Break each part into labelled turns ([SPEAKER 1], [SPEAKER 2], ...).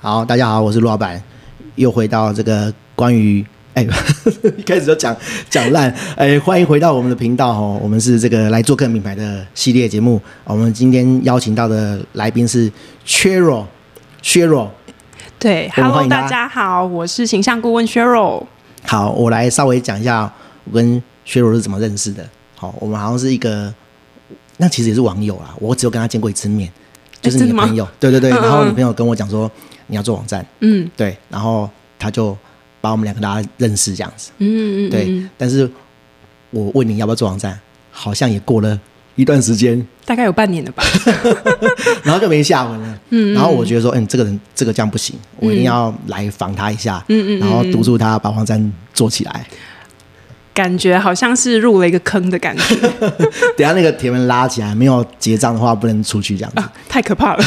[SPEAKER 1] 好，大家好，我是陆老板，又回到这个关于哎， 一开始就讲讲烂，哎，欢迎回到我们的频道哦，我们是这个来做个品牌的系列节目，我们今天邀请到的来宾是 Cheryl Cheryl，
[SPEAKER 2] 对
[SPEAKER 1] 我们
[SPEAKER 2] ，Hello，
[SPEAKER 1] 欢迎大家
[SPEAKER 2] 大家好，我是形象顾问 Cheryl。
[SPEAKER 1] 好，我来稍微讲一下我跟薛柔是怎么认识的。好，我们好像是一个，那其实也是网友啦，我只有跟他见过一次面，就是你
[SPEAKER 2] 哎真的吗
[SPEAKER 1] 朋友，对对对。
[SPEAKER 2] 嗯嗯
[SPEAKER 1] 然后你朋友跟我讲说你要做网站，
[SPEAKER 2] 嗯
[SPEAKER 1] 对，然后他就把我们两个大家认识这样子，
[SPEAKER 2] 嗯嗯，嗯
[SPEAKER 1] 对。
[SPEAKER 2] 嗯
[SPEAKER 1] 但是我问你要不要做网站，好像也过了一段时间，
[SPEAKER 2] 大概有半年了吧。
[SPEAKER 1] 然后就没下文了。
[SPEAKER 2] 嗯嗯嗯
[SPEAKER 1] 然后我觉得说，嗯，这个人这个这样不行，我一定要来访他一下，
[SPEAKER 2] 嗯嗯嗯
[SPEAKER 1] 然后督促他把网站做起来。
[SPEAKER 2] 感觉好像是入了一个坑的感觉
[SPEAKER 1] 等一下那个铁门拉起来，没有结账的话不能出去这样 子。
[SPEAKER 2] 啊，太可怕了。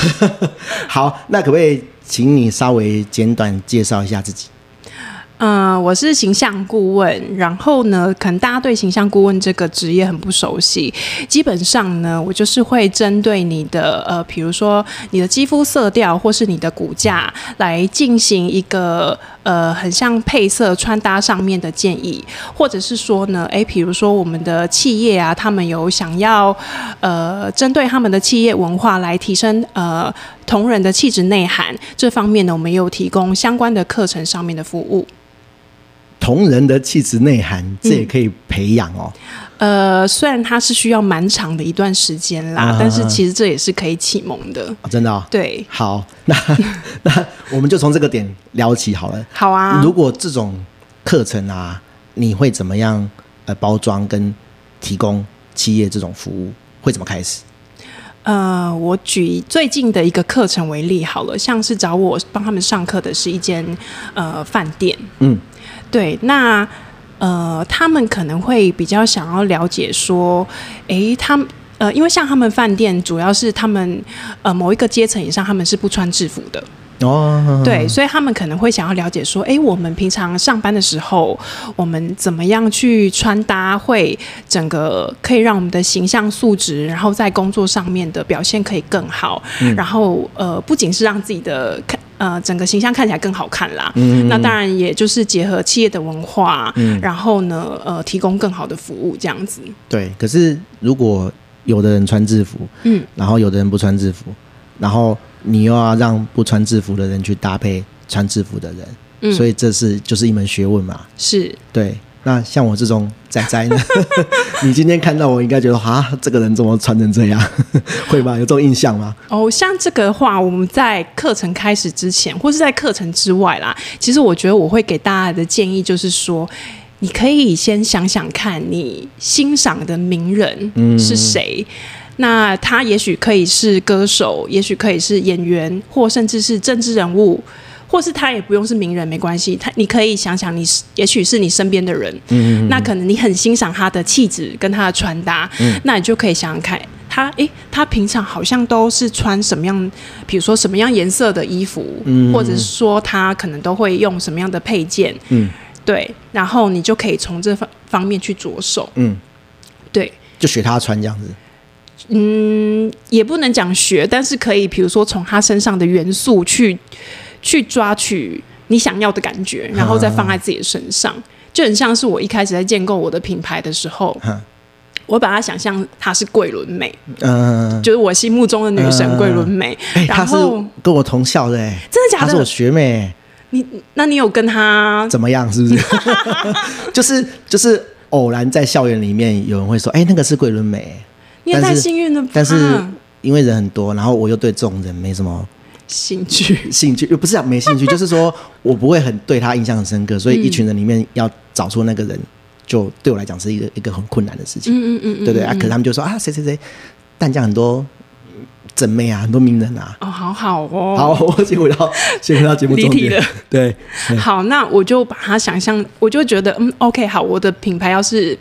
[SPEAKER 1] 好，那可不可以请你稍微简短介绍一下自己？
[SPEAKER 2] 嗯，我是形象顾问，然后呢，可能大家对形象顾问这个职业很不熟悉。基本上呢，我就是会针对你的呃，比如说你的肌肤色调或是你的骨架来进行一个呃，很像配色穿搭上面的建议，或者是说呢，诶，比如说我们的企业啊，他们有想要呃，针对他们的企业文化来提升呃同仁的气质内涵这方面呢，我们也有提供相关的课程上面的服务。
[SPEAKER 1] 同人的气质内涵，这
[SPEAKER 2] 嗯
[SPEAKER 1] 也可以培养哦。
[SPEAKER 2] 呃，虽然它是需要蛮长的一段时间啦，
[SPEAKER 1] 啊
[SPEAKER 2] 但是其实这也是可以启蒙的。
[SPEAKER 1] 哦真的哦。
[SPEAKER 2] 对，
[SPEAKER 1] 好，那 那我们就从这个点聊起好了。
[SPEAKER 2] 好啊。
[SPEAKER 1] 如果这种课程啊，你会怎么样呃包装跟提供企业这种服务？会怎么开始？
[SPEAKER 2] 呃，我举最近的一个课程为例好了，像是找我帮他们上课的是一间呃饭店，
[SPEAKER 1] 嗯，
[SPEAKER 2] 对，那呃，他们可能会比较想要了解说，诶，他们呃，因为像他们饭店主要是他们呃某一个阶层以上，他们是不穿制服的，
[SPEAKER 1] 哦，
[SPEAKER 2] 对，所以他们可能会想要了解说，诶，我们平常上班的时候，我们怎么样去穿搭，会整个可以让我们的形象素质，然后在工作上面的表现可以更好，
[SPEAKER 1] 嗯
[SPEAKER 2] 然后呃，不仅是让自己的看。呃，整个形象看起来更好看啦。
[SPEAKER 1] 嗯
[SPEAKER 2] 那当然，也就是结合企业的文化，
[SPEAKER 1] 嗯
[SPEAKER 2] 然后呢，呃，提供更好的服务这样子。
[SPEAKER 1] 对。可是如果有的人穿制服，
[SPEAKER 2] 嗯，
[SPEAKER 1] 然后有的人不穿制服，然后你又要让不穿制服的人去搭配穿制服的人，
[SPEAKER 2] 嗯
[SPEAKER 1] 所以这是就是一门学问嘛。
[SPEAKER 2] 是
[SPEAKER 1] 对，那像我这种仔仔呢， 你今天看到我应该觉得啊，这个人怎么穿成这样？ 会吗？有这种印象吗？
[SPEAKER 2] 哦，像这个的话，我们在课程开始之前，或是在课程之外啦，其实我觉得我会给大家的建议就是说，你可以先想想看，你欣赏的名人是谁。那他也许可以是歌手，也许可以是演员，或甚至是政治人物，或是他也不用是名人，没关系。他你可以想想你，也许是你身边的人，嗯那可能你很欣赏他的气质跟他的穿搭，那你就可以想想看，他诶，他平常好像都是穿什么样，比如说什么样颜色的衣服，或者是说他可能都会用什么样的配件，
[SPEAKER 1] 嗯
[SPEAKER 2] 对，然后你就可以从这方方面去着手，
[SPEAKER 1] 嗯，
[SPEAKER 2] 对。
[SPEAKER 1] 就学他穿这样子。
[SPEAKER 2] 嗯，也不能讲学，但是可以，比如说从他身上的元素去去抓取你想要的感觉，
[SPEAKER 1] 啊
[SPEAKER 2] 然后再放在自己的身上，就很像是我一开始在建构我的品牌的时候
[SPEAKER 1] 嗯，
[SPEAKER 2] 我把它想象她是桂纶镁，
[SPEAKER 1] 嗯、
[SPEAKER 2] 就是我心目中的女神
[SPEAKER 1] 嗯
[SPEAKER 2] 桂纶镁。
[SPEAKER 1] 哎、他
[SPEAKER 2] 然
[SPEAKER 1] 是
[SPEAKER 2] 后啊
[SPEAKER 1] 跟我同校的、欸，
[SPEAKER 2] 真的假
[SPEAKER 1] 他是我
[SPEAKER 2] 的？
[SPEAKER 1] 学妹、
[SPEAKER 2] 那你有跟她？
[SPEAKER 1] 怎么样？是不 是？ 就是就是偶然在校园里面有人会说，哎、那个是桂纶镁、
[SPEAKER 2] 你也
[SPEAKER 1] 但
[SPEAKER 2] 太
[SPEAKER 1] 是
[SPEAKER 2] 幸运了吧！
[SPEAKER 1] 但是
[SPEAKER 2] 嗯
[SPEAKER 1] 因为人很多，然后我又对这种人没什么
[SPEAKER 2] 兴趣，
[SPEAKER 1] 兴趣，呃不是啊，没兴 趣，就是说我不会很对他印象很深刻，所以
[SPEAKER 2] 嗯
[SPEAKER 1] 一群人里面要找出那个人，就对我来讲是一个一个很困难的事情，
[SPEAKER 2] 嗯嗯嗯，嗯
[SPEAKER 1] 对不对啊？可是他们就说啊，谁谁谁，但这样很多 嗯正妹啊，很多名人啊。
[SPEAKER 2] 哦，好好哦，
[SPEAKER 1] 好，我先回到先回到节目
[SPEAKER 2] 离
[SPEAKER 1] 重
[SPEAKER 2] 题
[SPEAKER 1] 点
[SPEAKER 2] 了，
[SPEAKER 1] 对，
[SPEAKER 2] 好，那我就把它想象，我就觉得，嗯，OK，好，我的品牌要是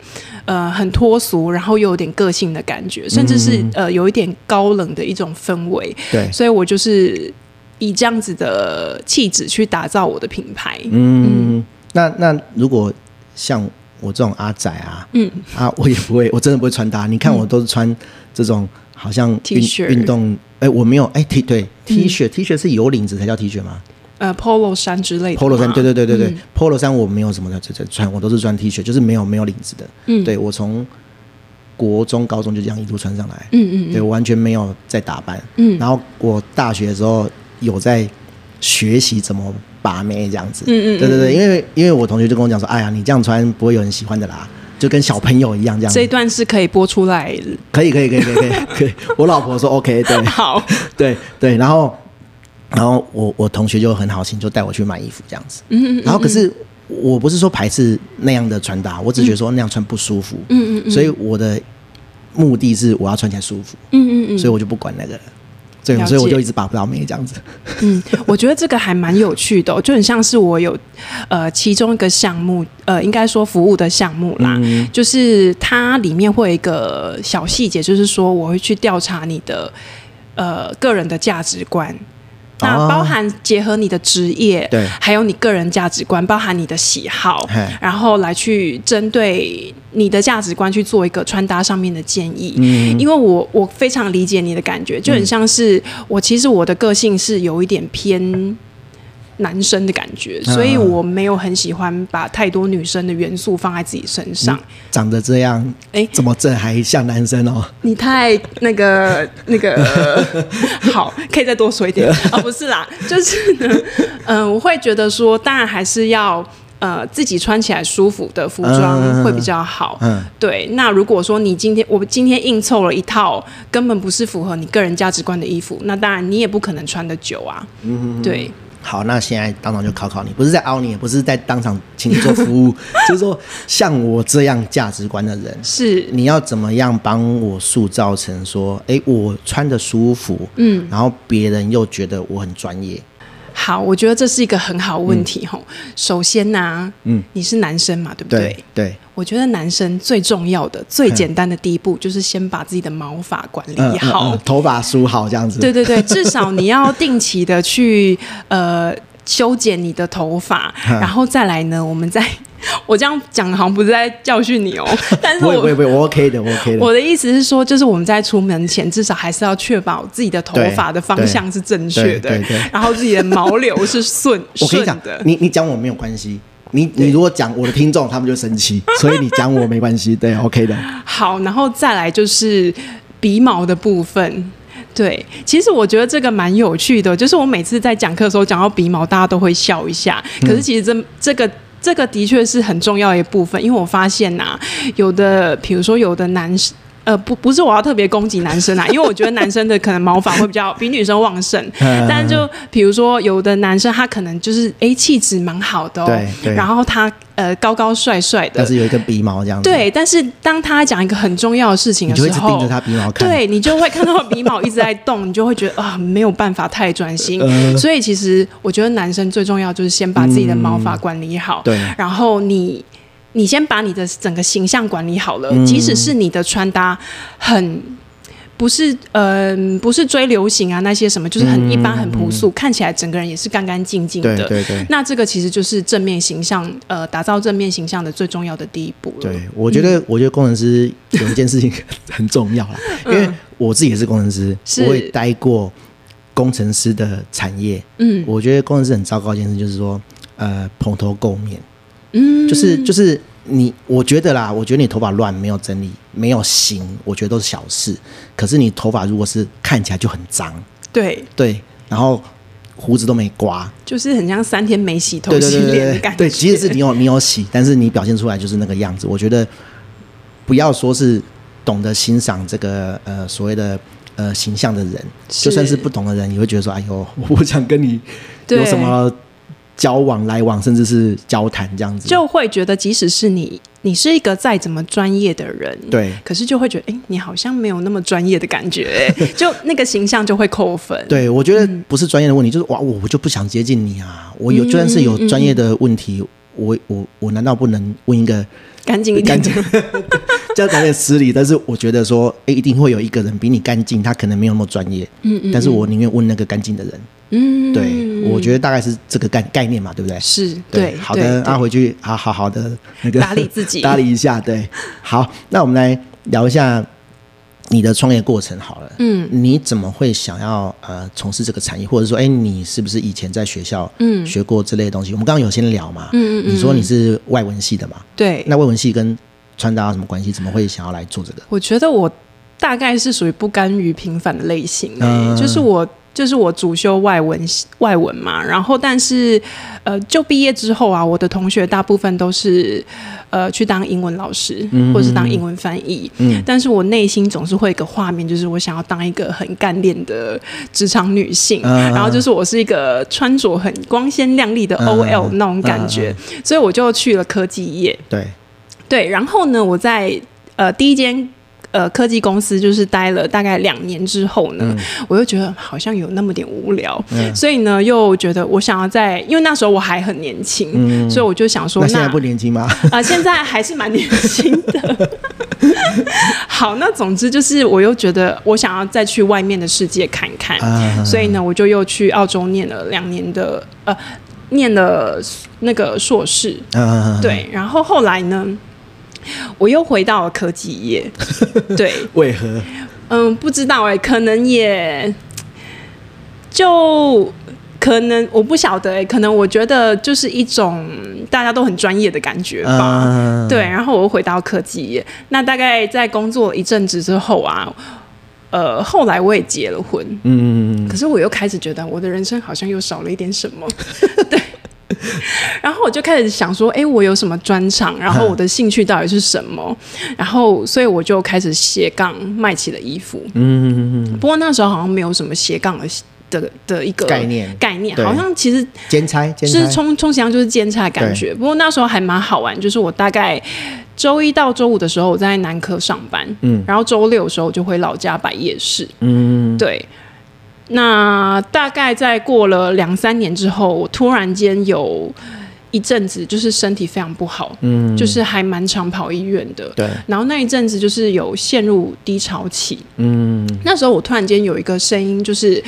[SPEAKER 2] 呃很脱俗，然后又有点个性的感觉，甚至是、呃有一点高冷的一种氛围，
[SPEAKER 1] 嗯对
[SPEAKER 2] 所以我就是以这样子的气质去打造我的品牌。
[SPEAKER 1] 嗯，那那如果像我这种阿仔啊，嗯啊，我也不会，我真的不会穿搭。你看我都是穿这种好像运
[SPEAKER 2] T 恤
[SPEAKER 1] 嗯运动，哎、我没有，哎、T 对 T 恤、T 恤是有领子才叫 T 恤吗？
[SPEAKER 2] 呃 polo 衫之类的吗
[SPEAKER 1] polo 衫，对对对对
[SPEAKER 2] 嗯
[SPEAKER 1] 对、p o l o 衫我没有什么的，这这穿我都是穿 T 恤，就是没有没有领子的。
[SPEAKER 2] 嗯
[SPEAKER 1] 对我从国中、高中就这样一路穿上来，
[SPEAKER 2] 嗯嗯
[SPEAKER 1] 对我完全没有在打扮。
[SPEAKER 2] 嗯
[SPEAKER 1] 然后我大学的时候有在学习怎么把妹这样子。
[SPEAKER 2] 嗯嗯嗯
[SPEAKER 1] 对对对，因为因为我同学就跟我讲说，哎呀，你这样穿不会有人喜欢的啦，就跟小朋友一样这样
[SPEAKER 2] 这
[SPEAKER 1] 子
[SPEAKER 2] 一。段是可以播出来。
[SPEAKER 1] 可以可以可以可以可以可以， 我老婆说 OK，对
[SPEAKER 2] 好，
[SPEAKER 1] 对对，然后然后我我同学就很好心，就带我去买衣服这样子。
[SPEAKER 2] 嗯嗯嗯
[SPEAKER 1] 然后可是我不是说排斥那样的穿搭，我只觉得说那样穿不舒服。
[SPEAKER 2] 嗯嗯嗯
[SPEAKER 1] 所以我的目的是我要穿起来舒服，
[SPEAKER 2] 嗯嗯嗯
[SPEAKER 1] 所以我就不管那个了。所
[SPEAKER 2] 了
[SPEAKER 1] 以
[SPEAKER 2] 解
[SPEAKER 1] 所以我就一直把不到妹这样子。
[SPEAKER 2] 嗯，我觉得这个还蛮有趣的哦、就很像是我有呃其中一个项目，呃，应该说服务的项目啦，
[SPEAKER 1] 嗯
[SPEAKER 2] 就是它里面会有一个小细节，就是说我会去调查你的呃个人的价值观。那
[SPEAKER 1] 哦
[SPEAKER 2] 包含结合你的职业，
[SPEAKER 1] 对
[SPEAKER 2] 还有你个人价值观，包含你的喜好
[SPEAKER 1] 嘿，
[SPEAKER 2] 然后来去针对你的价值观去做一个穿搭上面的建议。
[SPEAKER 1] 嗯
[SPEAKER 2] 因为我我非常理解你的感觉，就很像是、我其实我的个性是有一点偏。男生的感觉，
[SPEAKER 1] 嗯
[SPEAKER 2] 所以我没有很喜欢把太多女生的元素放在自己身上。
[SPEAKER 1] 长得这样，
[SPEAKER 2] 哎
[SPEAKER 1] 怎么这还像男生哦？
[SPEAKER 2] 你太那个那个 好，可以再多说 一点啊、不是啦，就是呢，嗯、我会觉得说，当然还是要呃自己穿起来舒服的服装会比较好。
[SPEAKER 1] 嗯，
[SPEAKER 2] 对，那如果说你今天我今天硬凑了一套根本不是符合你个人价值观的衣服，那当然你也不可能穿得久啊。嗯，对，
[SPEAKER 1] 好，那现在当场就考考你，不是在凹你，也不是在当场请你做服 务，就是说像我这样价值观的人，
[SPEAKER 2] 是，
[SPEAKER 1] 你要怎么样帮我塑造成说，哎，我穿的舒服，
[SPEAKER 2] 嗯，
[SPEAKER 1] 然后别人又觉得我很专业，
[SPEAKER 2] 好，我觉得这是一个很好问题吼。首先呢、
[SPEAKER 1] 嗯，
[SPEAKER 2] 你是男生嘛，对不嗯
[SPEAKER 1] 对对，
[SPEAKER 2] 我觉得男生最重要的、最简单的第一步，就是先把自己的毛发管理好。
[SPEAKER 1] 嗯头发梳好这样子，
[SPEAKER 2] 对对对，至少你要定期的去呃修剪你的头发，
[SPEAKER 1] 嗯
[SPEAKER 2] 然后再来呢，我们再 我这样讲好像不是在教 训你哦，但是
[SPEAKER 1] 不
[SPEAKER 2] 我
[SPEAKER 1] 会不会不会，我 OK 的，我 OK 的，
[SPEAKER 2] 我的意思是说，就是我们在出门前，至少还是要确保自己的头发的方向是正确的
[SPEAKER 1] 对对对，
[SPEAKER 2] 然后自己的毛流是顺
[SPEAKER 1] 我跟
[SPEAKER 2] 顺
[SPEAKER 1] 你讲
[SPEAKER 2] 的，。
[SPEAKER 1] 你你讲我没有关系。你你如果讲我的听众，他们就生 气，所以你讲我没关系，对，OK 的，
[SPEAKER 2] 好，然后再来就是鼻毛的部分。对，其实我觉得这个蛮有趣的，就是我每次在讲课的时候讲到鼻毛，大家都会笑一下。
[SPEAKER 1] 嗯
[SPEAKER 2] 可是其实这这个这个的确是很重要的一部分，因为我发现呐、有的比如说有的男生。呃，不，不是我要特别攻击男 生啊，因为我觉得男生的可能毛发会比较比女生旺盛，
[SPEAKER 1] 嗯
[SPEAKER 2] 但就比如说有的男生他可能就是诶气质蛮好的哦，
[SPEAKER 1] 对对
[SPEAKER 2] 然后他呃高高帅帅的
[SPEAKER 1] 但，是有一根鼻毛这样子，，
[SPEAKER 2] 对，但是当他讲一个很重要的事情
[SPEAKER 1] 你
[SPEAKER 2] 的
[SPEAKER 1] 就
[SPEAKER 2] 时
[SPEAKER 1] 一直
[SPEAKER 2] 候，
[SPEAKER 1] 盯着他鼻毛看，
[SPEAKER 2] 对你就会看到鼻毛一直在动，你就会觉得啊、没有办法太专心。
[SPEAKER 1] 呃
[SPEAKER 2] 所以其实我觉得男生最重要就是先把自己的毛发管理好，
[SPEAKER 1] 嗯对
[SPEAKER 2] 然后你你先把你的整个形象管理好了，
[SPEAKER 1] 嗯
[SPEAKER 2] 即使是你的穿搭很。不是，嗯、不是追流行啊，那些什么，就是很一般、很朴素，看起来整个人也是干干净净的。
[SPEAKER 1] 嗯对对对
[SPEAKER 2] 那这个其实就是正面形象，呃，打造正面形象的最重要的第一步了。
[SPEAKER 1] 对，我觉
[SPEAKER 2] 嗯
[SPEAKER 1] 得、我觉得工程师有一件事情 很重要啦，因为我自己也是工程师，
[SPEAKER 2] 嗯是
[SPEAKER 1] 我也待过工程师的产业。
[SPEAKER 2] 嗯
[SPEAKER 1] 我觉得工程师很糟糕一件事就是说，呃，蓬头垢面，
[SPEAKER 2] 嗯，
[SPEAKER 1] 就是就是你，我觉得啦，我觉得你头发乱没有整理，没有型，我觉得都是小事。可是你头发如果是看起来就很脏，
[SPEAKER 2] 对，
[SPEAKER 1] 对，然后胡子都没刮，
[SPEAKER 2] 就是很像三天没洗头
[SPEAKER 1] 对对
[SPEAKER 2] 洗
[SPEAKER 1] 对对
[SPEAKER 2] 脸的
[SPEAKER 1] 对
[SPEAKER 2] 感觉。
[SPEAKER 1] 对，即使是你有你有洗，但是你表现出来就是那个样子。我觉得不要说是懂得欣赏这个呃所谓的呃形象的人，
[SPEAKER 2] 是
[SPEAKER 1] 就算是不懂的人，也会觉得说：“哎呦， 我不想跟你有
[SPEAKER 2] 对
[SPEAKER 1] 什么交往、来往，甚至是交谈这样子。”
[SPEAKER 2] 就会觉得，即使是你，你是一个再怎么专业的人，
[SPEAKER 1] 对
[SPEAKER 2] 可是就会觉得，哎、你好像没有那么专业的感觉、诶 就那个形象就会扣分。，
[SPEAKER 1] 对，我觉得
[SPEAKER 2] 嗯
[SPEAKER 1] 不是专业的问题，就是哇，我我就不想接近你啊！我有就算是有专
[SPEAKER 2] 嗯
[SPEAKER 1] 业的问题，我我我难道不能问一个
[SPEAKER 2] 干净一点
[SPEAKER 1] 干， 净，这样讲有点失礼，但是我觉得说，哎、一定会有一个人比你干净，他可能没有那么专业，嗯嗯，但是我宁愿问那个干净的人，
[SPEAKER 2] 嗯，
[SPEAKER 1] 对，我觉得大概是这个概概念嘛，对不对？
[SPEAKER 2] 是对。
[SPEAKER 1] 好
[SPEAKER 2] 对
[SPEAKER 1] 的，啊
[SPEAKER 2] 对
[SPEAKER 1] 那、回去好好好的那个
[SPEAKER 2] 打理自己
[SPEAKER 1] 打理一下，对，好，那我们来聊一下你的创业过程好了，
[SPEAKER 2] 嗯，
[SPEAKER 1] 你怎么会想要呃从事这个产业，或者说，哎，你是不是以前在学校
[SPEAKER 2] 嗯
[SPEAKER 1] 学过之类的东西？我们刚刚有先聊嘛，
[SPEAKER 2] 嗯嗯嗯
[SPEAKER 1] 你说你是外文系的嘛，
[SPEAKER 2] 对，
[SPEAKER 1] 那外文系跟穿搭有什么关系？怎么会想要来做这个？
[SPEAKER 2] 我觉得我大概是属于不甘于平凡的类型、欸，
[SPEAKER 1] 嗯
[SPEAKER 2] 就是我就是我主修外文系外文嘛，然后但是呃，就毕业之后啊，我的同学大部分都是呃去当英文老师或者是当英文翻译，
[SPEAKER 1] 嗯
[SPEAKER 2] 但是我内心总是会有一个画面，就是我想要当一个很干练的职场女性，
[SPEAKER 1] 嗯
[SPEAKER 2] 然后就是我是一个穿着很光鲜亮丽的
[SPEAKER 1] 嗯
[SPEAKER 2] OL 那种感
[SPEAKER 1] 嗯
[SPEAKER 2] 觉，所以我就去了科技业。
[SPEAKER 1] 对，
[SPEAKER 2] 对，然后呢，我在呃第一间呃科技公司就是待了大概两年之后呢，我又觉得好像有那么点无聊，
[SPEAKER 1] 嗯
[SPEAKER 2] 所以呢又觉得我想要在，因为那时候我还很年轻，
[SPEAKER 1] 嗯
[SPEAKER 2] 所以我就想说
[SPEAKER 1] 那现在不年轻吗？
[SPEAKER 2] 啊、现在还是蛮年轻 的。好，那总之就是，我又觉得我想要再去外面的世界看看，
[SPEAKER 1] 啊
[SPEAKER 2] 哎所以呢，我就又去澳洲念了两年的呃，念了那个硕士，
[SPEAKER 1] 嗯，
[SPEAKER 2] 对，然后后来呢，我又回到了科技 业。对，
[SPEAKER 1] 为何？
[SPEAKER 2] 嗯，不知道哎、可能也就可能我不晓得哎、可能我觉得就是一种大家都很专业的感觉吧。
[SPEAKER 1] 嗯，
[SPEAKER 2] 对，然后我又回到科技业，那大概在工作一阵子之后啊，呃，后来我也结了婚，
[SPEAKER 1] 嗯，
[SPEAKER 2] 可是我又开始觉得我的人生好像又少了一点什么， 对。然后我就开始想说，哎，我有什么专长？然后我的兴趣到底是什么？然后，所以我就开始斜杠卖起了衣服。
[SPEAKER 1] 嗯嗯，
[SPEAKER 2] 不过那时候好像没有什么斜杠的的的一个
[SPEAKER 1] 概念
[SPEAKER 2] 概念
[SPEAKER 1] 对
[SPEAKER 2] 好像其实
[SPEAKER 1] 兼差，兼
[SPEAKER 2] 是
[SPEAKER 1] 差，
[SPEAKER 2] 充充其量就是兼差的感觉。不过那时候还蛮好玩，就是我大概周一到周五的时候我在南科上班，
[SPEAKER 1] 嗯
[SPEAKER 2] 然后周六的时候我就回老家摆夜市。
[SPEAKER 1] 嗯，
[SPEAKER 2] 对，那大概在过了两三年之后，我突然间有一阵子就是身体非常不好，
[SPEAKER 1] 嗯，
[SPEAKER 2] 就是还蛮常跑医院的。
[SPEAKER 1] 对，
[SPEAKER 2] 然后那一阵子就是有陷入低潮期，
[SPEAKER 1] 嗯
[SPEAKER 2] 那时候我突然间有一个声音就是。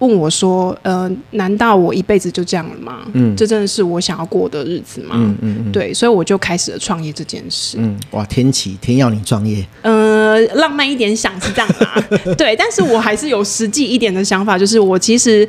[SPEAKER 2] 问我说：“呃，难道我一辈子就这样了吗？
[SPEAKER 1] 嗯
[SPEAKER 2] 这真的是我想要过的日子吗？
[SPEAKER 1] 嗯嗯嗯，
[SPEAKER 2] 对，所以我就开始了创业这件事。
[SPEAKER 1] 嗯，哇，天启天要你创业，
[SPEAKER 2] 呃，浪漫一点想是这样啦， 对，但是我还是有实际一点的想法，就是我其实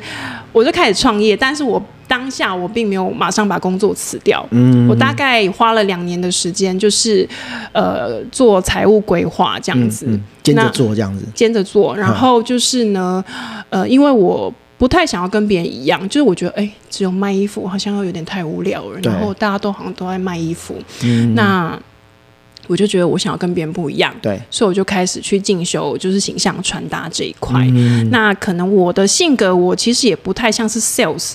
[SPEAKER 2] 我就开始创业，但是我当下我并没有马上把工作辞掉，
[SPEAKER 1] 嗯
[SPEAKER 2] 我大概花了两年的时间，就是呃做财务规划这样子，
[SPEAKER 1] 嗯，兼着
[SPEAKER 2] 那
[SPEAKER 1] 做这样子，
[SPEAKER 2] 兼着做，然后就是呢，呃，因为我。不太想要跟别人一样，就是我觉得，哎、只有卖衣服好像有点太无聊了。
[SPEAKER 1] 对
[SPEAKER 2] 然后大家都好像都在卖衣服，
[SPEAKER 1] 嗯，
[SPEAKER 2] 那我就觉得我想要跟别人不一样，
[SPEAKER 1] 对，
[SPEAKER 2] 所以我就开始去进修，就是形象穿搭这一块。
[SPEAKER 1] 嗯
[SPEAKER 2] 那可能我的性格，我其实也不太像是 sales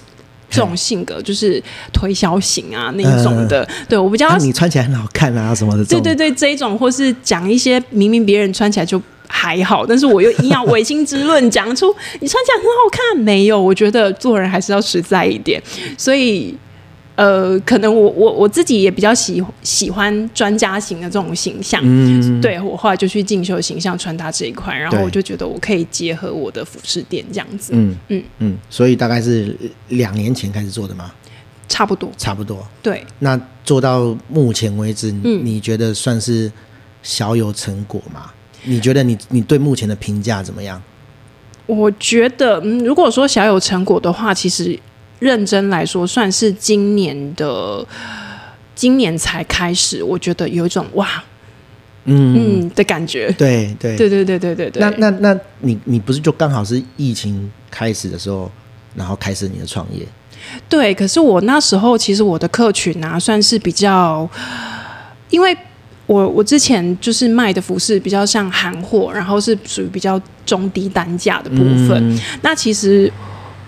[SPEAKER 2] 这种性格，就是推销型啊那一种的。对我比较
[SPEAKER 1] 啊，你穿起来很好看啊，什么的，
[SPEAKER 2] 对对，对这一种，或是讲一些明明别人穿起来就。还好，但是我又硬要违心之论讲出你穿起来很好看，没有？我觉得做人还是要实在一点，所以呃，可能我我我自己也比较喜喜欢专家型的这种形象，
[SPEAKER 1] 嗯，
[SPEAKER 2] 对我后来就去进修形象穿搭这一块，然后
[SPEAKER 1] 对
[SPEAKER 2] 我就觉得我可以结合我的服饰店这样子，
[SPEAKER 1] 嗯
[SPEAKER 2] 嗯
[SPEAKER 1] 嗯嗯，所以大概是两年前开始做的嘛，
[SPEAKER 2] 差不多。
[SPEAKER 1] 差不多。
[SPEAKER 2] 对，
[SPEAKER 1] 那做到目前为止，
[SPEAKER 2] 嗯
[SPEAKER 1] 你觉得算是小有成果吗？你觉得你你对目前的评价怎么样？
[SPEAKER 2] 我觉得，嗯，如果说小有成果的话，其实认真来说，算是今年的。今年才开始，我觉得有一种哇
[SPEAKER 1] 嗯，
[SPEAKER 2] 嗯的感觉。
[SPEAKER 1] 对对
[SPEAKER 2] 对对对对对对。
[SPEAKER 1] 那那那你你不是就刚好是疫情开始的时候，然后开始你的创业？
[SPEAKER 2] 对，可是我那时候其实我的客群啊，算是比较，因为我我之前就是卖的服饰比较像韩货，然后是属于比较中低单价的部分。
[SPEAKER 1] 嗯
[SPEAKER 2] 那其实。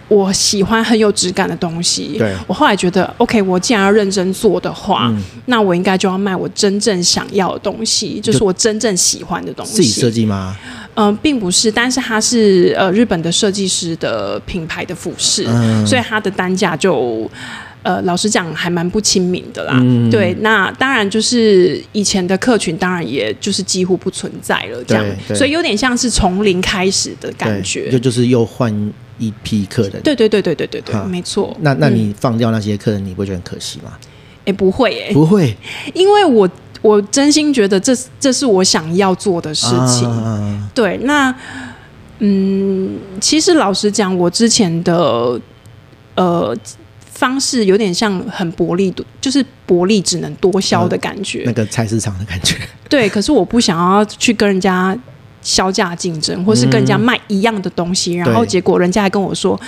[SPEAKER 2] 我喜欢很有质感的东西
[SPEAKER 1] 对。嗯
[SPEAKER 2] 我后来觉得，OK，我既然要认真做的话，那我应该就要卖我真正想要的东西，就是我真正喜欢的东西。
[SPEAKER 1] 自己设计吗？
[SPEAKER 2] 嗯，并不是，但是它是呃日本的设计师的品牌的服饰，
[SPEAKER 1] 嗯
[SPEAKER 2] 所以它的单价就。呃，老实讲，还蛮不亲民的啦。
[SPEAKER 1] 嗯
[SPEAKER 2] 对，那当然就是以前的客群，当然也就是几乎不存在了，这样
[SPEAKER 1] 对，对
[SPEAKER 2] 所以有点像是从零开始的感
[SPEAKER 1] 对
[SPEAKER 2] 觉
[SPEAKER 1] 就。就是又换一批客人。
[SPEAKER 2] 对对对对对对对，
[SPEAKER 1] 哈
[SPEAKER 2] 没错。
[SPEAKER 1] 那那你放掉那些客人，你不会觉得很可惜吗？
[SPEAKER 2] 哎、不会哎、
[SPEAKER 1] 不会，
[SPEAKER 2] 因为我我真心觉得这这是我想要做的事情。
[SPEAKER 1] 啊
[SPEAKER 2] 对，那嗯，其实老实讲，我之前的呃方式有点像很薄利多，就是薄利只能多销的感觉。
[SPEAKER 1] 嗯那个菜市场的感觉，
[SPEAKER 2] 对，可是我不想要去跟人家销价竞争，或是跟人家卖一样的东西，然后
[SPEAKER 1] 嗯对
[SPEAKER 2] 结果人家还跟我说：“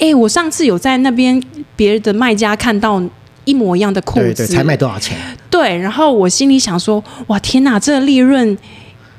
[SPEAKER 2] 哎、我上次有在那边别的卖家看到。”一模一样的裤
[SPEAKER 1] 对
[SPEAKER 2] 子，
[SPEAKER 1] 对，才卖多少钱？
[SPEAKER 2] 对，然后我心里想说，哇，天哪，这利润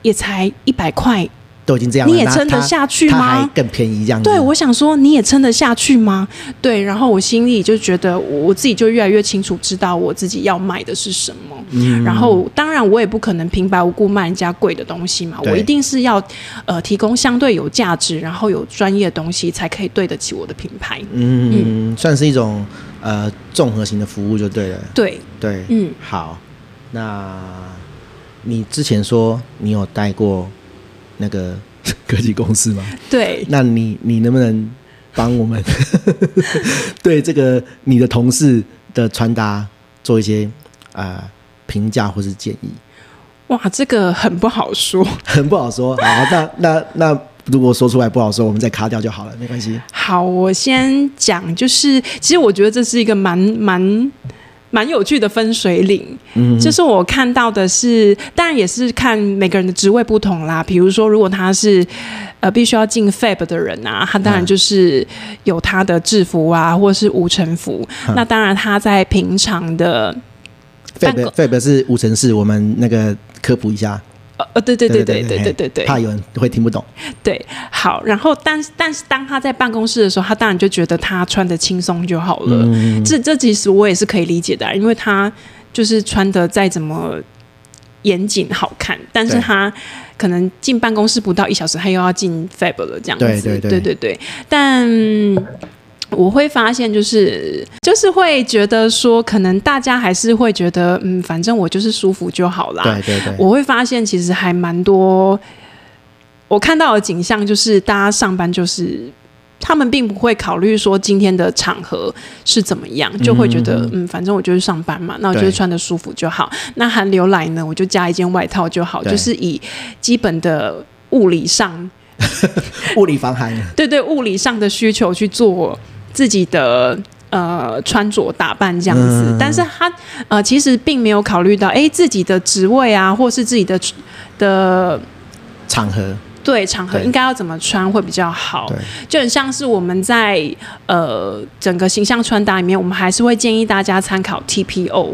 [SPEAKER 2] 也才一百块，
[SPEAKER 1] 都已经这样了，
[SPEAKER 2] 你也
[SPEAKER 1] 那
[SPEAKER 2] 撑得
[SPEAKER 1] 啊他
[SPEAKER 2] 下去
[SPEAKER 1] 他
[SPEAKER 2] 吗
[SPEAKER 1] 还？更便宜这样子。
[SPEAKER 2] 对，我想说你也撑得下去吗？对，然后我心里就觉得我我自己就越来越清楚知道我自己要卖的是什么。
[SPEAKER 1] 嗯
[SPEAKER 2] 然后当然我也不可能平白无故卖人家贵的东西嘛，
[SPEAKER 1] 对
[SPEAKER 2] 我一定是要呃提供相对有价值，然后有专业的东西才可以对得起我的品牌。
[SPEAKER 1] 嗯，算是一种呃综合型的服务就对了。
[SPEAKER 2] 对，
[SPEAKER 1] 对，
[SPEAKER 2] 嗯，
[SPEAKER 1] 好，那你之前说你有待过那个科技公司 吗？
[SPEAKER 2] 对，
[SPEAKER 1] 那你你能不能帮我们 对这个你的同事的穿搭做一些啊评价或是建议？
[SPEAKER 2] 哇，这个很不好说。
[SPEAKER 1] 很不好说。好，那那那如果说出来不好说，我们再卡掉就好了，没关系。
[SPEAKER 2] 好，我先讲，就是其实我觉得这是一个蛮蛮蛮有趣的分水岭。
[SPEAKER 1] 嗯，
[SPEAKER 2] 就是我看到的是，当然也是看每个人的职位不同啦。比如说，如果他是呃必须要进 Fab 的人啊，他当然就是有他的制服啊，或是无尘服。
[SPEAKER 1] 嗯
[SPEAKER 2] 那当然他在平常的。办
[SPEAKER 1] Fab Fab
[SPEAKER 2] 公
[SPEAKER 1] 是无尘室，我们那个科普一下。
[SPEAKER 2] 呃呃，对对对对对对对对，
[SPEAKER 1] 怕有人会听不懂。
[SPEAKER 2] 对，好，然后但是但是当他在办公室的时候，他当然就觉得他穿的轻松就好了。
[SPEAKER 1] 嗯
[SPEAKER 2] 这这其实我也是可以理解的啊、因为他就是穿的再怎么严谨好看，但是
[SPEAKER 1] 对
[SPEAKER 2] 他可能进办公室不到一小时，他又要进 Fab 了，这样子。
[SPEAKER 1] 对对对
[SPEAKER 2] 对对对但我会发现，就是就是会觉得说，可能大家还是会觉得，嗯，反正我就是舒服就好啦。
[SPEAKER 1] 对对对，
[SPEAKER 2] 我会发现其实还蛮多，我看到的景象就是大家上班就是。他们并不会考虑说今天的场合是怎么样，就会觉得嗯反正我就是上班嘛，那我就是
[SPEAKER 1] 对
[SPEAKER 2] 穿的舒服就好。那寒流来呢，我就加一件外套就好，
[SPEAKER 1] 对
[SPEAKER 2] 就是以基本的物理上，
[SPEAKER 1] 物理防寒。
[SPEAKER 2] 对对物理上的需求去做自己的呃穿着打扮这样子，
[SPEAKER 1] 嗯
[SPEAKER 2] 但是他呃其实并没有考虑到哎自己的职位啊，或是自己的呃的
[SPEAKER 1] 场合，
[SPEAKER 2] 对场合
[SPEAKER 1] 对
[SPEAKER 2] 应该要怎么穿会比较好
[SPEAKER 1] 对，
[SPEAKER 2] 就很像是我们在呃整个形象穿搭里面，我们还是会建议大家参考 TPO。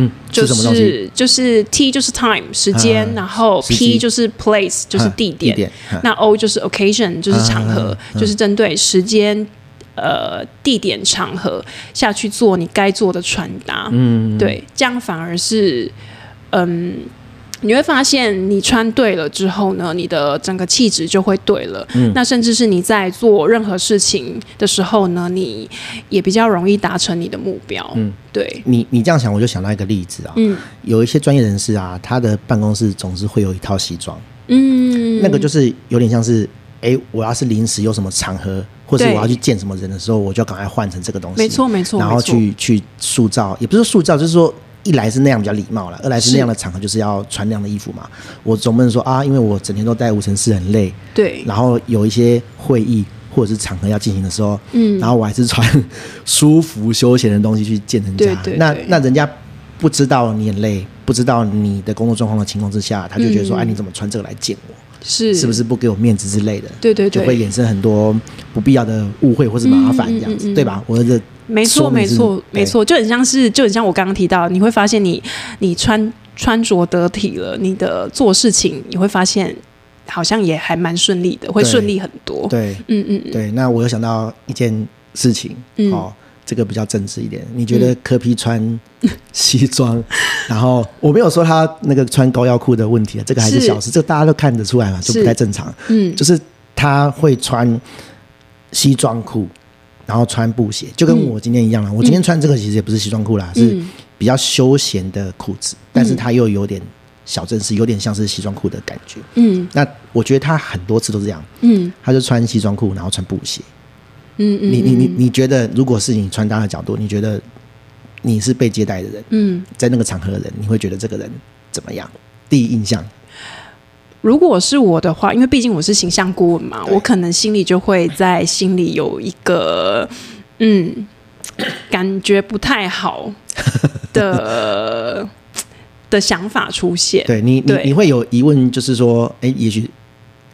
[SPEAKER 1] 嗯，
[SPEAKER 2] 就是
[SPEAKER 1] 什么东西？
[SPEAKER 2] 就是 T 就是 time 时间，
[SPEAKER 1] 嗯
[SPEAKER 2] 然后
[SPEAKER 1] 时机
[SPEAKER 2] P 就是 place 就是地
[SPEAKER 1] 点，地，
[SPEAKER 2] 点
[SPEAKER 1] 点嗯
[SPEAKER 2] 那 O 就是 occasion，就是场合，
[SPEAKER 1] 嗯嗯
[SPEAKER 2] 就是针对时间、呃地点、场合下去做你该做的穿搭。嗯，对，这样反而是嗯。你会发现，你穿对了之后呢，你的整个气质就会对了。嗯、那甚至是你在做任何事情的时候呢，你也比较容易达成你的目标。嗯，对，
[SPEAKER 1] 你你这样想，我就想到一个例子啊。
[SPEAKER 2] 嗯
[SPEAKER 1] 有一些专业人士啊，他的办公室总是会有一套西装，
[SPEAKER 2] 嗯，
[SPEAKER 1] 那个就是有点像是，哎，我要是临时有什么场合，或是
[SPEAKER 2] 对
[SPEAKER 1] 我要去见什么人的时候，我就赶快换成这个东西。
[SPEAKER 2] 没错没错，
[SPEAKER 1] 然后
[SPEAKER 2] 没错
[SPEAKER 1] 去去塑造，也不是塑造，就是说一来是那样比较礼貌了，二来是那样的场合就是要穿那样的衣服嘛。我总不能说啊，因为我整天都戴无尘室很累，
[SPEAKER 2] 对
[SPEAKER 1] 然后有一些会议或者是场合要进行的时候，
[SPEAKER 2] 嗯
[SPEAKER 1] 然后我还是穿 舒服休闲的东西去见人家，
[SPEAKER 2] 对对
[SPEAKER 1] 那
[SPEAKER 2] 对
[SPEAKER 1] 那人家不知道你很累，不知道你的工作状况的情况之下，他就觉得说，
[SPEAKER 2] 嗯
[SPEAKER 1] 哎，你怎么穿这个来见我？
[SPEAKER 2] 是
[SPEAKER 1] 是不是不给我面子之类的？
[SPEAKER 2] 对对对
[SPEAKER 1] 就会衍生很多不必要的误会或是麻烦这样子，
[SPEAKER 2] 嗯嗯嗯嗯
[SPEAKER 1] 对吧？我的
[SPEAKER 2] 没错，
[SPEAKER 1] 说
[SPEAKER 2] 没
[SPEAKER 1] 明是
[SPEAKER 2] 错，
[SPEAKER 1] 对
[SPEAKER 2] 没错，就很像是，就很像我刚刚提到，你会发现你你穿穿着得体了，你的做事情你会发现好像也还蛮顺利的，会
[SPEAKER 1] 对
[SPEAKER 2] 顺利很多。
[SPEAKER 1] 对
[SPEAKER 2] 嗯嗯嗯，
[SPEAKER 1] 对。那我又想到一件事情，
[SPEAKER 2] 嗯
[SPEAKER 1] 哦，这个比较正式一点。你觉得柯 P 穿西装，然后我没有说他那个穿高腰裤的问题，这个还是
[SPEAKER 2] 是
[SPEAKER 1] 小事，这个大家都看得出来嘛，就是不太正常。
[SPEAKER 2] 嗯
[SPEAKER 1] 就是他会穿西装裤，然后穿布鞋，就跟我今天一样了。我今天穿这个其实也不是西装裤啦，是
[SPEAKER 2] 嗯
[SPEAKER 1] 比较休闲的裤子，但是它又有点小正式，有点像是西装裤的感觉。
[SPEAKER 2] 嗯
[SPEAKER 1] 那我觉得他很多次都这样，
[SPEAKER 2] 嗯
[SPEAKER 1] 他就穿西装裤，然后穿布鞋。
[SPEAKER 2] 嗯嗯，
[SPEAKER 1] 你你你你觉得，如果是你穿搭的角度，你觉得你是被接待的人，
[SPEAKER 2] 嗯
[SPEAKER 1] 在那个场合的人，你会觉得这个人怎么
[SPEAKER 2] 呃
[SPEAKER 1] 样？第一印象，
[SPEAKER 2] 如果是我的话，因为毕竟我是形象顾问嘛，
[SPEAKER 1] 对
[SPEAKER 2] 我可能心里就会在心里有一个嗯， 感觉不太好的 的想法出现。
[SPEAKER 1] 对你你
[SPEAKER 2] 对
[SPEAKER 1] 你会有疑问，就是说，哎，也许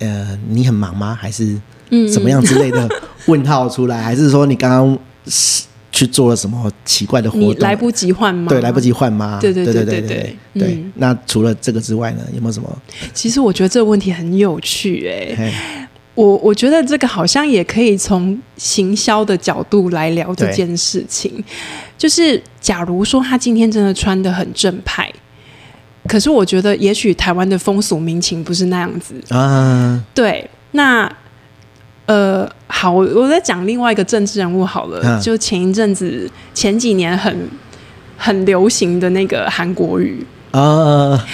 [SPEAKER 1] 呃你很忙吗？还是
[SPEAKER 2] 嗯
[SPEAKER 1] 怎么样之类 的问号出来？还是说你刚刚是去做了什么奇怪的活
[SPEAKER 2] 你
[SPEAKER 1] 动？
[SPEAKER 2] 来不及换吗？
[SPEAKER 1] 对，来不。及换吗？
[SPEAKER 2] 对
[SPEAKER 1] 对
[SPEAKER 2] 对
[SPEAKER 1] 对
[SPEAKER 2] 对
[SPEAKER 1] 对
[SPEAKER 2] 对
[SPEAKER 1] 对
[SPEAKER 2] 对
[SPEAKER 1] 对
[SPEAKER 2] 嗯
[SPEAKER 1] 那除了这个之外呢，有没有什么？
[SPEAKER 2] 其实我觉得这个问题很有趣、诶。
[SPEAKER 1] 嘿
[SPEAKER 2] 我我觉得这个好像也可以从行销的角度来聊这件事情，就是假如说他今天真的穿的很正派，可是我觉得也许台湾的风俗民情不是那样子，
[SPEAKER 1] 啊，
[SPEAKER 2] 对，那呃，好，我我在讲另外一个政治人物好了，
[SPEAKER 1] 嗯
[SPEAKER 2] 就前一阵子前几年很很流行的那个韩国语，
[SPEAKER 1] 啊，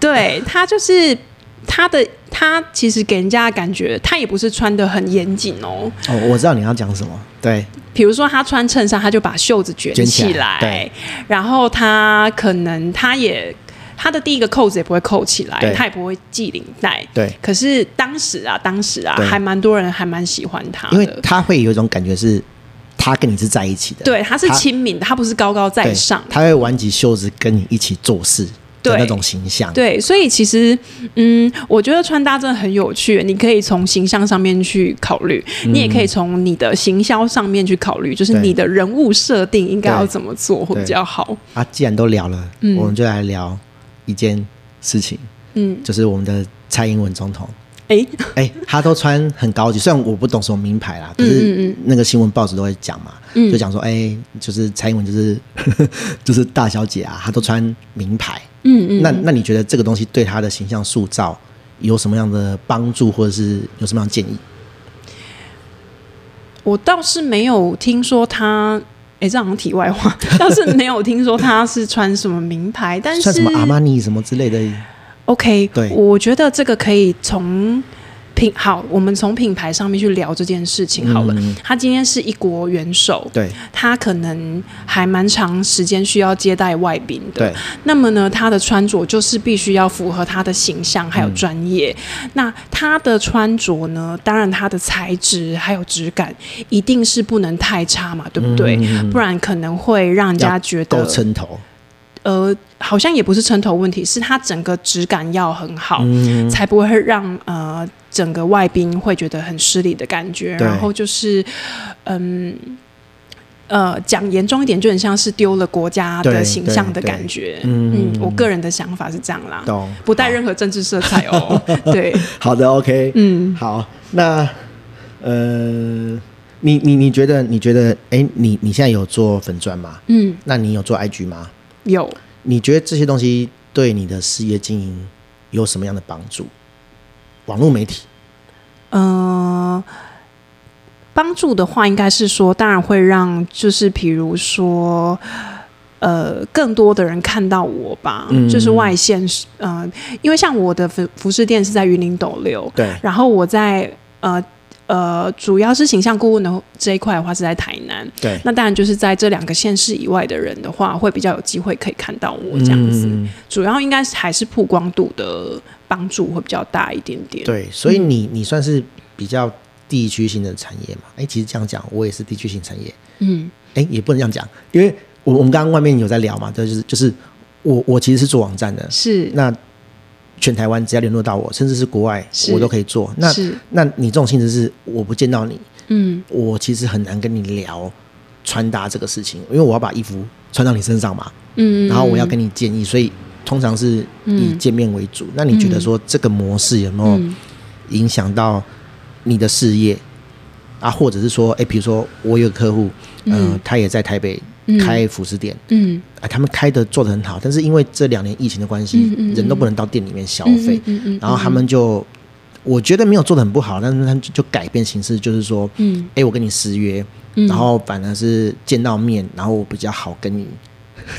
[SPEAKER 2] 对他就是他的他其实给人家的感觉，他也不是穿的很严谨哦。
[SPEAKER 1] 哦，我知道你要讲什么，对，
[SPEAKER 2] 比如说他穿衬衫，他就把袖子卷
[SPEAKER 1] 卷起
[SPEAKER 2] 起来，
[SPEAKER 1] 来对
[SPEAKER 2] 然后他可能他也他的第一个扣子也不会扣起来
[SPEAKER 1] 对，
[SPEAKER 2] 他也不会系领带。
[SPEAKER 1] 对
[SPEAKER 2] 可是当时啊，当时啊
[SPEAKER 1] 对，
[SPEAKER 2] 还蛮多人还蛮喜欢他
[SPEAKER 1] 因为
[SPEAKER 2] 的。
[SPEAKER 1] 他会有一种感觉是，他跟你是在一起的，
[SPEAKER 2] 对，他是
[SPEAKER 1] 他
[SPEAKER 2] 亲民的，他不是高高在
[SPEAKER 1] 对
[SPEAKER 2] 上。
[SPEAKER 1] 他会挽起袖子跟你一起做事的
[SPEAKER 2] 对
[SPEAKER 1] 那种形象，
[SPEAKER 2] 对，所以其实，嗯，我觉得穿搭真的很有趣，你可以从形象上面去考虑，你也可以从你的行销上面去考虑，就是
[SPEAKER 1] 嗯对
[SPEAKER 2] 你的人物设定应该要怎么做会
[SPEAKER 1] 对
[SPEAKER 2] 比较好。
[SPEAKER 1] 啊，既然都聊了，我们就来聊一件事情，
[SPEAKER 2] 嗯，
[SPEAKER 1] 就是我们的蔡英文总统，
[SPEAKER 2] 诶，
[SPEAKER 1] 哎、他都穿很高级，虽然我不懂什么名牌啦，可
[SPEAKER 2] 嗯
[SPEAKER 1] 是
[SPEAKER 2] 嗯
[SPEAKER 1] 那个新闻报纸都会讲嘛，就讲说，哎、就是蔡英文就是 就是大小姐啊，她都穿名牌。
[SPEAKER 2] 嗯嗯，
[SPEAKER 1] 那那你觉得这个东西对她的形象塑造有什么样的帮助，或者是有什么样的建议？
[SPEAKER 2] 我倒是没有听说他。诶，这好像题外话， 倒是没有听说他是穿什么名牌，但是
[SPEAKER 1] 算什么阿玛尼什么之类的？
[SPEAKER 2] OK，
[SPEAKER 1] 对
[SPEAKER 2] 我觉得这个可以从品好，我们从品牌上面去聊这件事情好了。
[SPEAKER 1] 嗯
[SPEAKER 2] 他今天是一国元首，
[SPEAKER 1] 对
[SPEAKER 2] 他可能还蛮长时间需要接待外宾的。
[SPEAKER 1] 对
[SPEAKER 2] 那么呢，他的穿着就是必须要符合他的形象还有专业。
[SPEAKER 1] 嗯
[SPEAKER 2] 那他的穿着呢，当然他的材质还有质感一定是不能太差嘛，对不对？
[SPEAKER 1] 嗯
[SPEAKER 2] 不然可能会让人家觉
[SPEAKER 1] 够
[SPEAKER 2] 得
[SPEAKER 1] 撑头。
[SPEAKER 2] 呃，好像也不是撑头问题，是它整个质感要很好，
[SPEAKER 1] 嗯，
[SPEAKER 2] 才不会让呃整个外宾会觉得很失礼的感觉。
[SPEAKER 1] 对
[SPEAKER 2] 然后就是，嗯，呃，讲严重一点，就很像是丢了国家
[SPEAKER 1] 对
[SPEAKER 2] 的形象的
[SPEAKER 1] 对
[SPEAKER 2] 感觉。
[SPEAKER 1] 嗯
[SPEAKER 2] 嗯，我个人的想法是这样啦，
[SPEAKER 1] 懂。
[SPEAKER 2] 不带任何政治色彩 哦。对，
[SPEAKER 1] 好的，OK。
[SPEAKER 2] 嗯，
[SPEAKER 1] 好，那呃，你你你觉得你觉得，哎、你你现在有做粉砖吗？
[SPEAKER 2] 嗯，
[SPEAKER 1] 那你有做 IG 吗？
[SPEAKER 2] 有。
[SPEAKER 1] 你觉得这些东西对你的事业经营有什么样的帮助？网络媒体，
[SPEAKER 2] 呃，帮助的话，应该是说，当然会让，就是比如说。呃，更多的人看到我吧，
[SPEAKER 1] 嗯
[SPEAKER 2] 就是外线，呃，因为像我的服服饰店是在云林斗六，
[SPEAKER 1] 对，
[SPEAKER 2] 然后我在呃呃，主要是形象顾问的这一块的话是在台南，
[SPEAKER 1] 对，
[SPEAKER 2] 那当然就是在这两个县市以外的人的话，会比较有机会可以看到我这样子，
[SPEAKER 1] 嗯
[SPEAKER 2] 主要应该是还是曝光度的帮助会比较大一点点，
[SPEAKER 1] 对，所以你你算是比较地区型的产业嘛？哎、其实这样讲，我也是地区型产业，
[SPEAKER 2] 嗯
[SPEAKER 1] 哎、也不能这样讲，因为我我们刚刚外面有在聊嘛，就是就是我我其实是做网站的，
[SPEAKER 2] 是，
[SPEAKER 1] 那全台湾只要联络到我，甚至是国外，
[SPEAKER 2] 是
[SPEAKER 1] 我都可以做。那
[SPEAKER 2] 是，
[SPEAKER 1] 那你这种性质是我不见到你，
[SPEAKER 2] 嗯，
[SPEAKER 1] 我其实很难跟你聊穿搭这个事情，因为我要把衣服穿到你身上嘛，
[SPEAKER 2] 嗯，
[SPEAKER 1] 然后我要跟你建议，所以通常是以见面为主。那你觉得说这个模式有没有
[SPEAKER 2] 嗯
[SPEAKER 1] 影响到你的事业？啊，或者是说，哎，比如说我有个客户，嗯、他也在台北
[SPEAKER 2] 嗯
[SPEAKER 1] 开服饰店，
[SPEAKER 2] 嗯
[SPEAKER 1] 啊，他们开的做的很好，但是因为这两年疫情的关系，
[SPEAKER 2] 嗯嗯嗯
[SPEAKER 1] 人都不能到店里面消
[SPEAKER 2] 嗯
[SPEAKER 1] 费，
[SPEAKER 2] 嗯嗯嗯嗯
[SPEAKER 1] 然后他们就，我觉得没有做的很不好，但是他们就就改变形式，就是说，
[SPEAKER 2] 嗯
[SPEAKER 1] 哎、我跟你失约，
[SPEAKER 2] 嗯
[SPEAKER 1] 然后反而是见到面，然后我比较好 跟你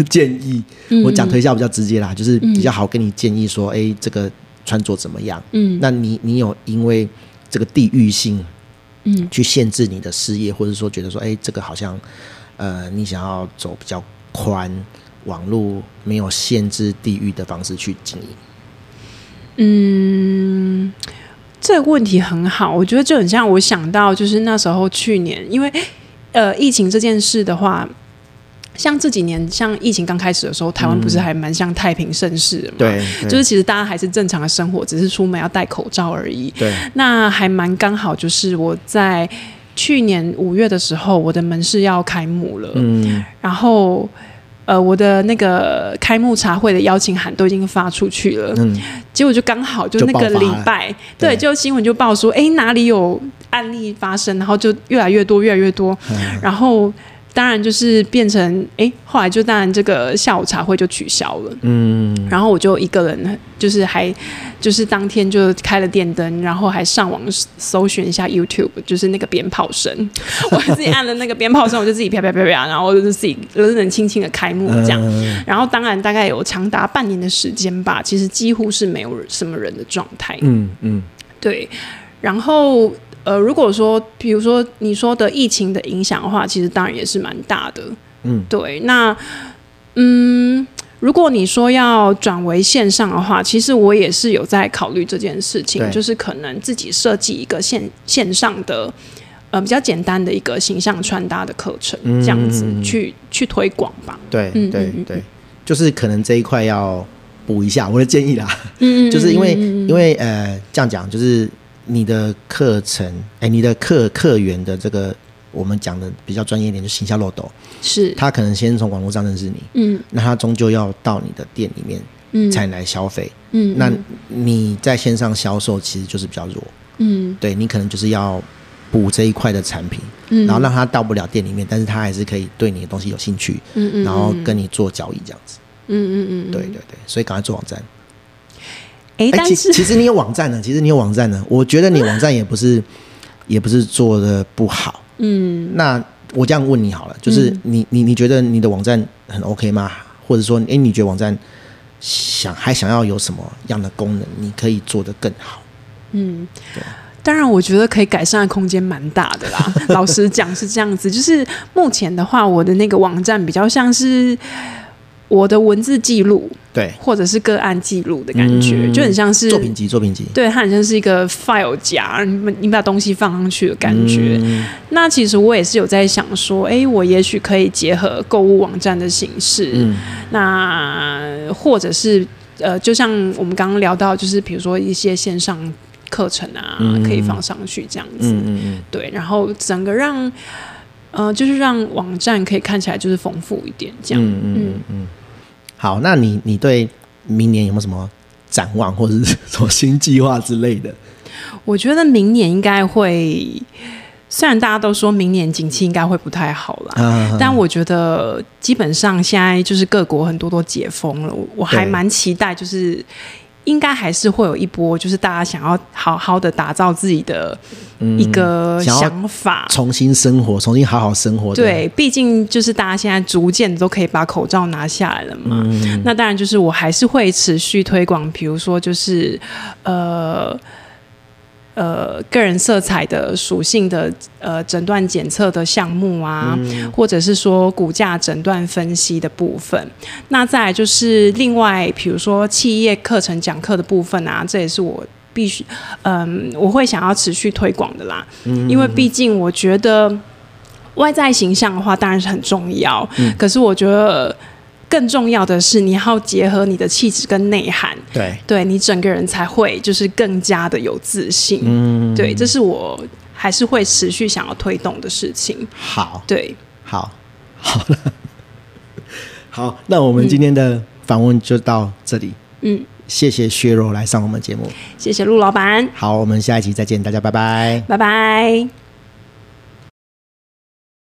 [SPEAKER 1] 建议，
[SPEAKER 2] 嗯
[SPEAKER 1] 我讲推销比较直接啦，就是比较好跟你建议说，哎、这个穿着怎么样？
[SPEAKER 2] 嗯
[SPEAKER 1] 那你你有因为这个地域性
[SPEAKER 2] 嗯
[SPEAKER 1] 去限制你的事业，或者说觉得说，哎、这个好像，呃，你想要走比较宽，网络没有限制地域的方式去经营？
[SPEAKER 2] 嗯，这个问题很好，我觉得就很像我想到，就是那时候去年，因为呃疫情这件事的话，像这几年像疫情刚开始的时候，台湾不是还蛮像太平盛世的嘛，
[SPEAKER 1] 对，对
[SPEAKER 2] 就是其实大家还是正常的生活，只是出门要戴口罩而已。
[SPEAKER 1] 对，
[SPEAKER 2] 那还蛮刚好，就是我在去年五月的时候，我的门市要开幕了，
[SPEAKER 1] 嗯，
[SPEAKER 2] 然后呃，我的那个开幕茶会的邀请函都已经发出去了，
[SPEAKER 1] 嗯，
[SPEAKER 2] 结果就刚好就那个
[SPEAKER 1] 就爆发
[SPEAKER 2] 礼
[SPEAKER 1] 了
[SPEAKER 2] 拜，
[SPEAKER 1] 对
[SPEAKER 2] 对，就新闻就报说，哎，哪里有案例发生，然后就越来越多，越来越多，
[SPEAKER 1] 嗯
[SPEAKER 2] 然后当然就是变成，哎，后来就当然这个下午茶会就取消了。
[SPEAKER 1] 嗯，
[SPEAKER 2] 然后我就一个人，就是还就是当天就开了电灯，然后还上网搜寻一下 YouTube，就是那个鞭炮声， 我还自己按了那个鞭炮声，我就自己啪啪啪啪，然后就是自己冷冷清清的开幕这样。
[SPEAKER 1] 嗯
[SPEAKER 2] 然后当然大概有长达半年的时间吧，其实几乎是没有什么人的状态。
[SPEAKER 1] 嗯嗯，
[SPEAKER 2] 对，然后呃，如果说比如说你说的疫情的影响的话，其实当然也是蛮大的。
[SPEAKER 1] 嗯，
[SPEAKER 2] 对，那嗯，如果你说要转为线上的话，其实我也是有在考虑这件事情
[SPEAKER 1] 对，
[SPEAKER 2] 就是可能自己设计一个线线上的。呃，比较简单的一个形象穿搭的课程，
[SPEAKER 1] 嗯
[SPEAKER 2] 这样子
[SPEAKER 1] 嗯嗯
[SPEAKER 2] 去去推广吧。
[SPEAKER 1] 对
[SPEAKER 2] 嗯
[SPEAKER 1] 对
[SPEAKER 2] 嗯嗯
[SPEAKER 1] 对，就是可能这一块要补一下，我的建议啦，
[SPEAKER 2] 嗯
[SPEAKER 1] 就是因为因为呃，这样讲就是你的课程，哎、你的客客源的这个，我们讲的比较专业一点，就行销漏斗，
[SPEAKER 2] 是，
[SPEAKER 1] 他可能先从网络上认识你，
[SPEAKER 2] 嗯
[SPEAKER 1] 那他终究要到你的店里面
[SPEAKER 2] 嗯，
[SPEAKER 1] 才来消费，
[SPEAKER 2] 嗯，
[SPEAKER 1] 那
[SPEAKER 2] 嗯
[SPEAKER 1] 你在线上销售其实就是比较弱，
[SPEAKER 2] 嗯
[SPEAKER 1] 对你可能就是要补这一块的产品，
[SPEAKER 2] 嗯，
[SPEAKER 1] 然后让他到不了店里面，但是他还是可以对你的东西有兴趣，
[SPEAKER 2] 嗯嗯，
[SPEAKER 1] 然后
[SPEAKER 2] 嗯
[SPEAKER 1] 跟你做交易这样子，
[SPEAKER 2] 嗯嗯嗯，
[SPEAKER 1] 对对对，所以赶快做网站。
[SPEAKER 2] 哎，
[SPEAKER 1] 哎、
[SPEAKER 2] 但
[SPEAKER 1] 其
[SPEAKER 2] 是
[SPEAKER 1] 其实你有网站呢，其实你有网站呢，我觉得你网站也不是也不是做的不好。
[SPEAKER 2] 嗯
[SPEAKER 1] 那我这样问你好了，就是
[SPEAKER 2] 嗯
[SPEAKER 1] 你你你觉得你的网站很 OK 吗？或者说，哎、你觉得网站想还想要有什么样的功能，你可以做得更好？
[SPEAKER 2] 嗯，当然，我觉得可以改善的空间蛮大 的啦。老实讲是这样子，就是目前的话，我的那个网站比较像是我的文字记录
[SPEAKER 1] 对，
[SPEAKER 2] 或者是个案记录的感觉，
[SPEAKER 1] 嗯
[SPEAKER 2] 就很像是
[SPEAKER 1] 作品集，作品集
[SPEAKER 2] 对，它很像是一个 file 夹，你把你把东西放上去的感觉。
[SPEAKER 1] 嗯
[SPEAKER 2] 那其实我也是有在想说，哎，我也许可以结合购物网站的形式，
[SPEAKER 1] 嗯
[SPEAKER 2] 那或者是呃，就像我们刚刚聊到，就是比如说一些线上课程啊，
[SPEAKER 1] 嗯
[SPEAKER 2] 可以放上去这样子，
[SPEAKER 1] 嗯嗯嗯，
[SPEAKER 2] 对，然后整个让呃，就是让网站可以看起来就是丰富一点这样。
[SPEAKER 1] 嗯嗯嗯嗯。好，那你你对明年有没有什么展望，或者是 什么新计划之类的？
[SPEAKER 2] 我觉得明年应该会，虽然大家都说明年景气应该会不太好啦。
[SPEAKER 1] 啊
[SPEAKER 2] 但我觉得基本上现在就是各国很多都解封了，我我
[SPEAKER 1] 对
[SPEAKER 2] 还蛮期待，就是应该还是会有一波，就是大家想要好好的打造自己的一个
[SPEAKER 1] 嗯想要
[SPEAKER 2] 想法。
[SPEAKER 1] 重新生活，重新好好生活的。
[SPEAKER 2] 对，毕竟就是大家现在逐渐都可以把口罩拿下来了嘛。
[SPEAKER 1] 嗯，
[SPEAKER 2] 那当然就是我还是会持续推广，比如说就是呃呃个人色彩的属性的呃诊断检测的项目啊，
[SPEAKER 1] 嗯
[SPEAKER 2] 或者是说股价诊断分析的部分。那再来就是另外，比如说企业课程讲课的部分啊，这也是我。必须，嗯，我会想要持续推广的啦，
[SPEAKER 1] 嗯
[SPEAKER 2] 因为毕竟我觉得外在形象的话当然是很重要，可是我觉得更重要的是，你要结合你的气质跟内涵，
[SPEAKER 1] 对，
[SPEAKER 2] 对你整个人才会就是更加的有自信。
[SPEAKER 1] 嗯，
[SPEAKER 2] 对，这是我还是会持续想要推动的事情。
[SPEAKER 1] 好，
[SPEAKER 2] 对，
[SPEAKER 1] 好，好了， 好，那我们今天的访问就到这里，
[SPEAKER 2] 嗯，
[SPEAKER 1] 谢谢薛柔来上我们节目。
[SPEAKER 2] 谢谢陆老板，
[SPEAKER 1] 好，我们下一期再见，大家拜拜。
[SPEAKER 2] 拜拜。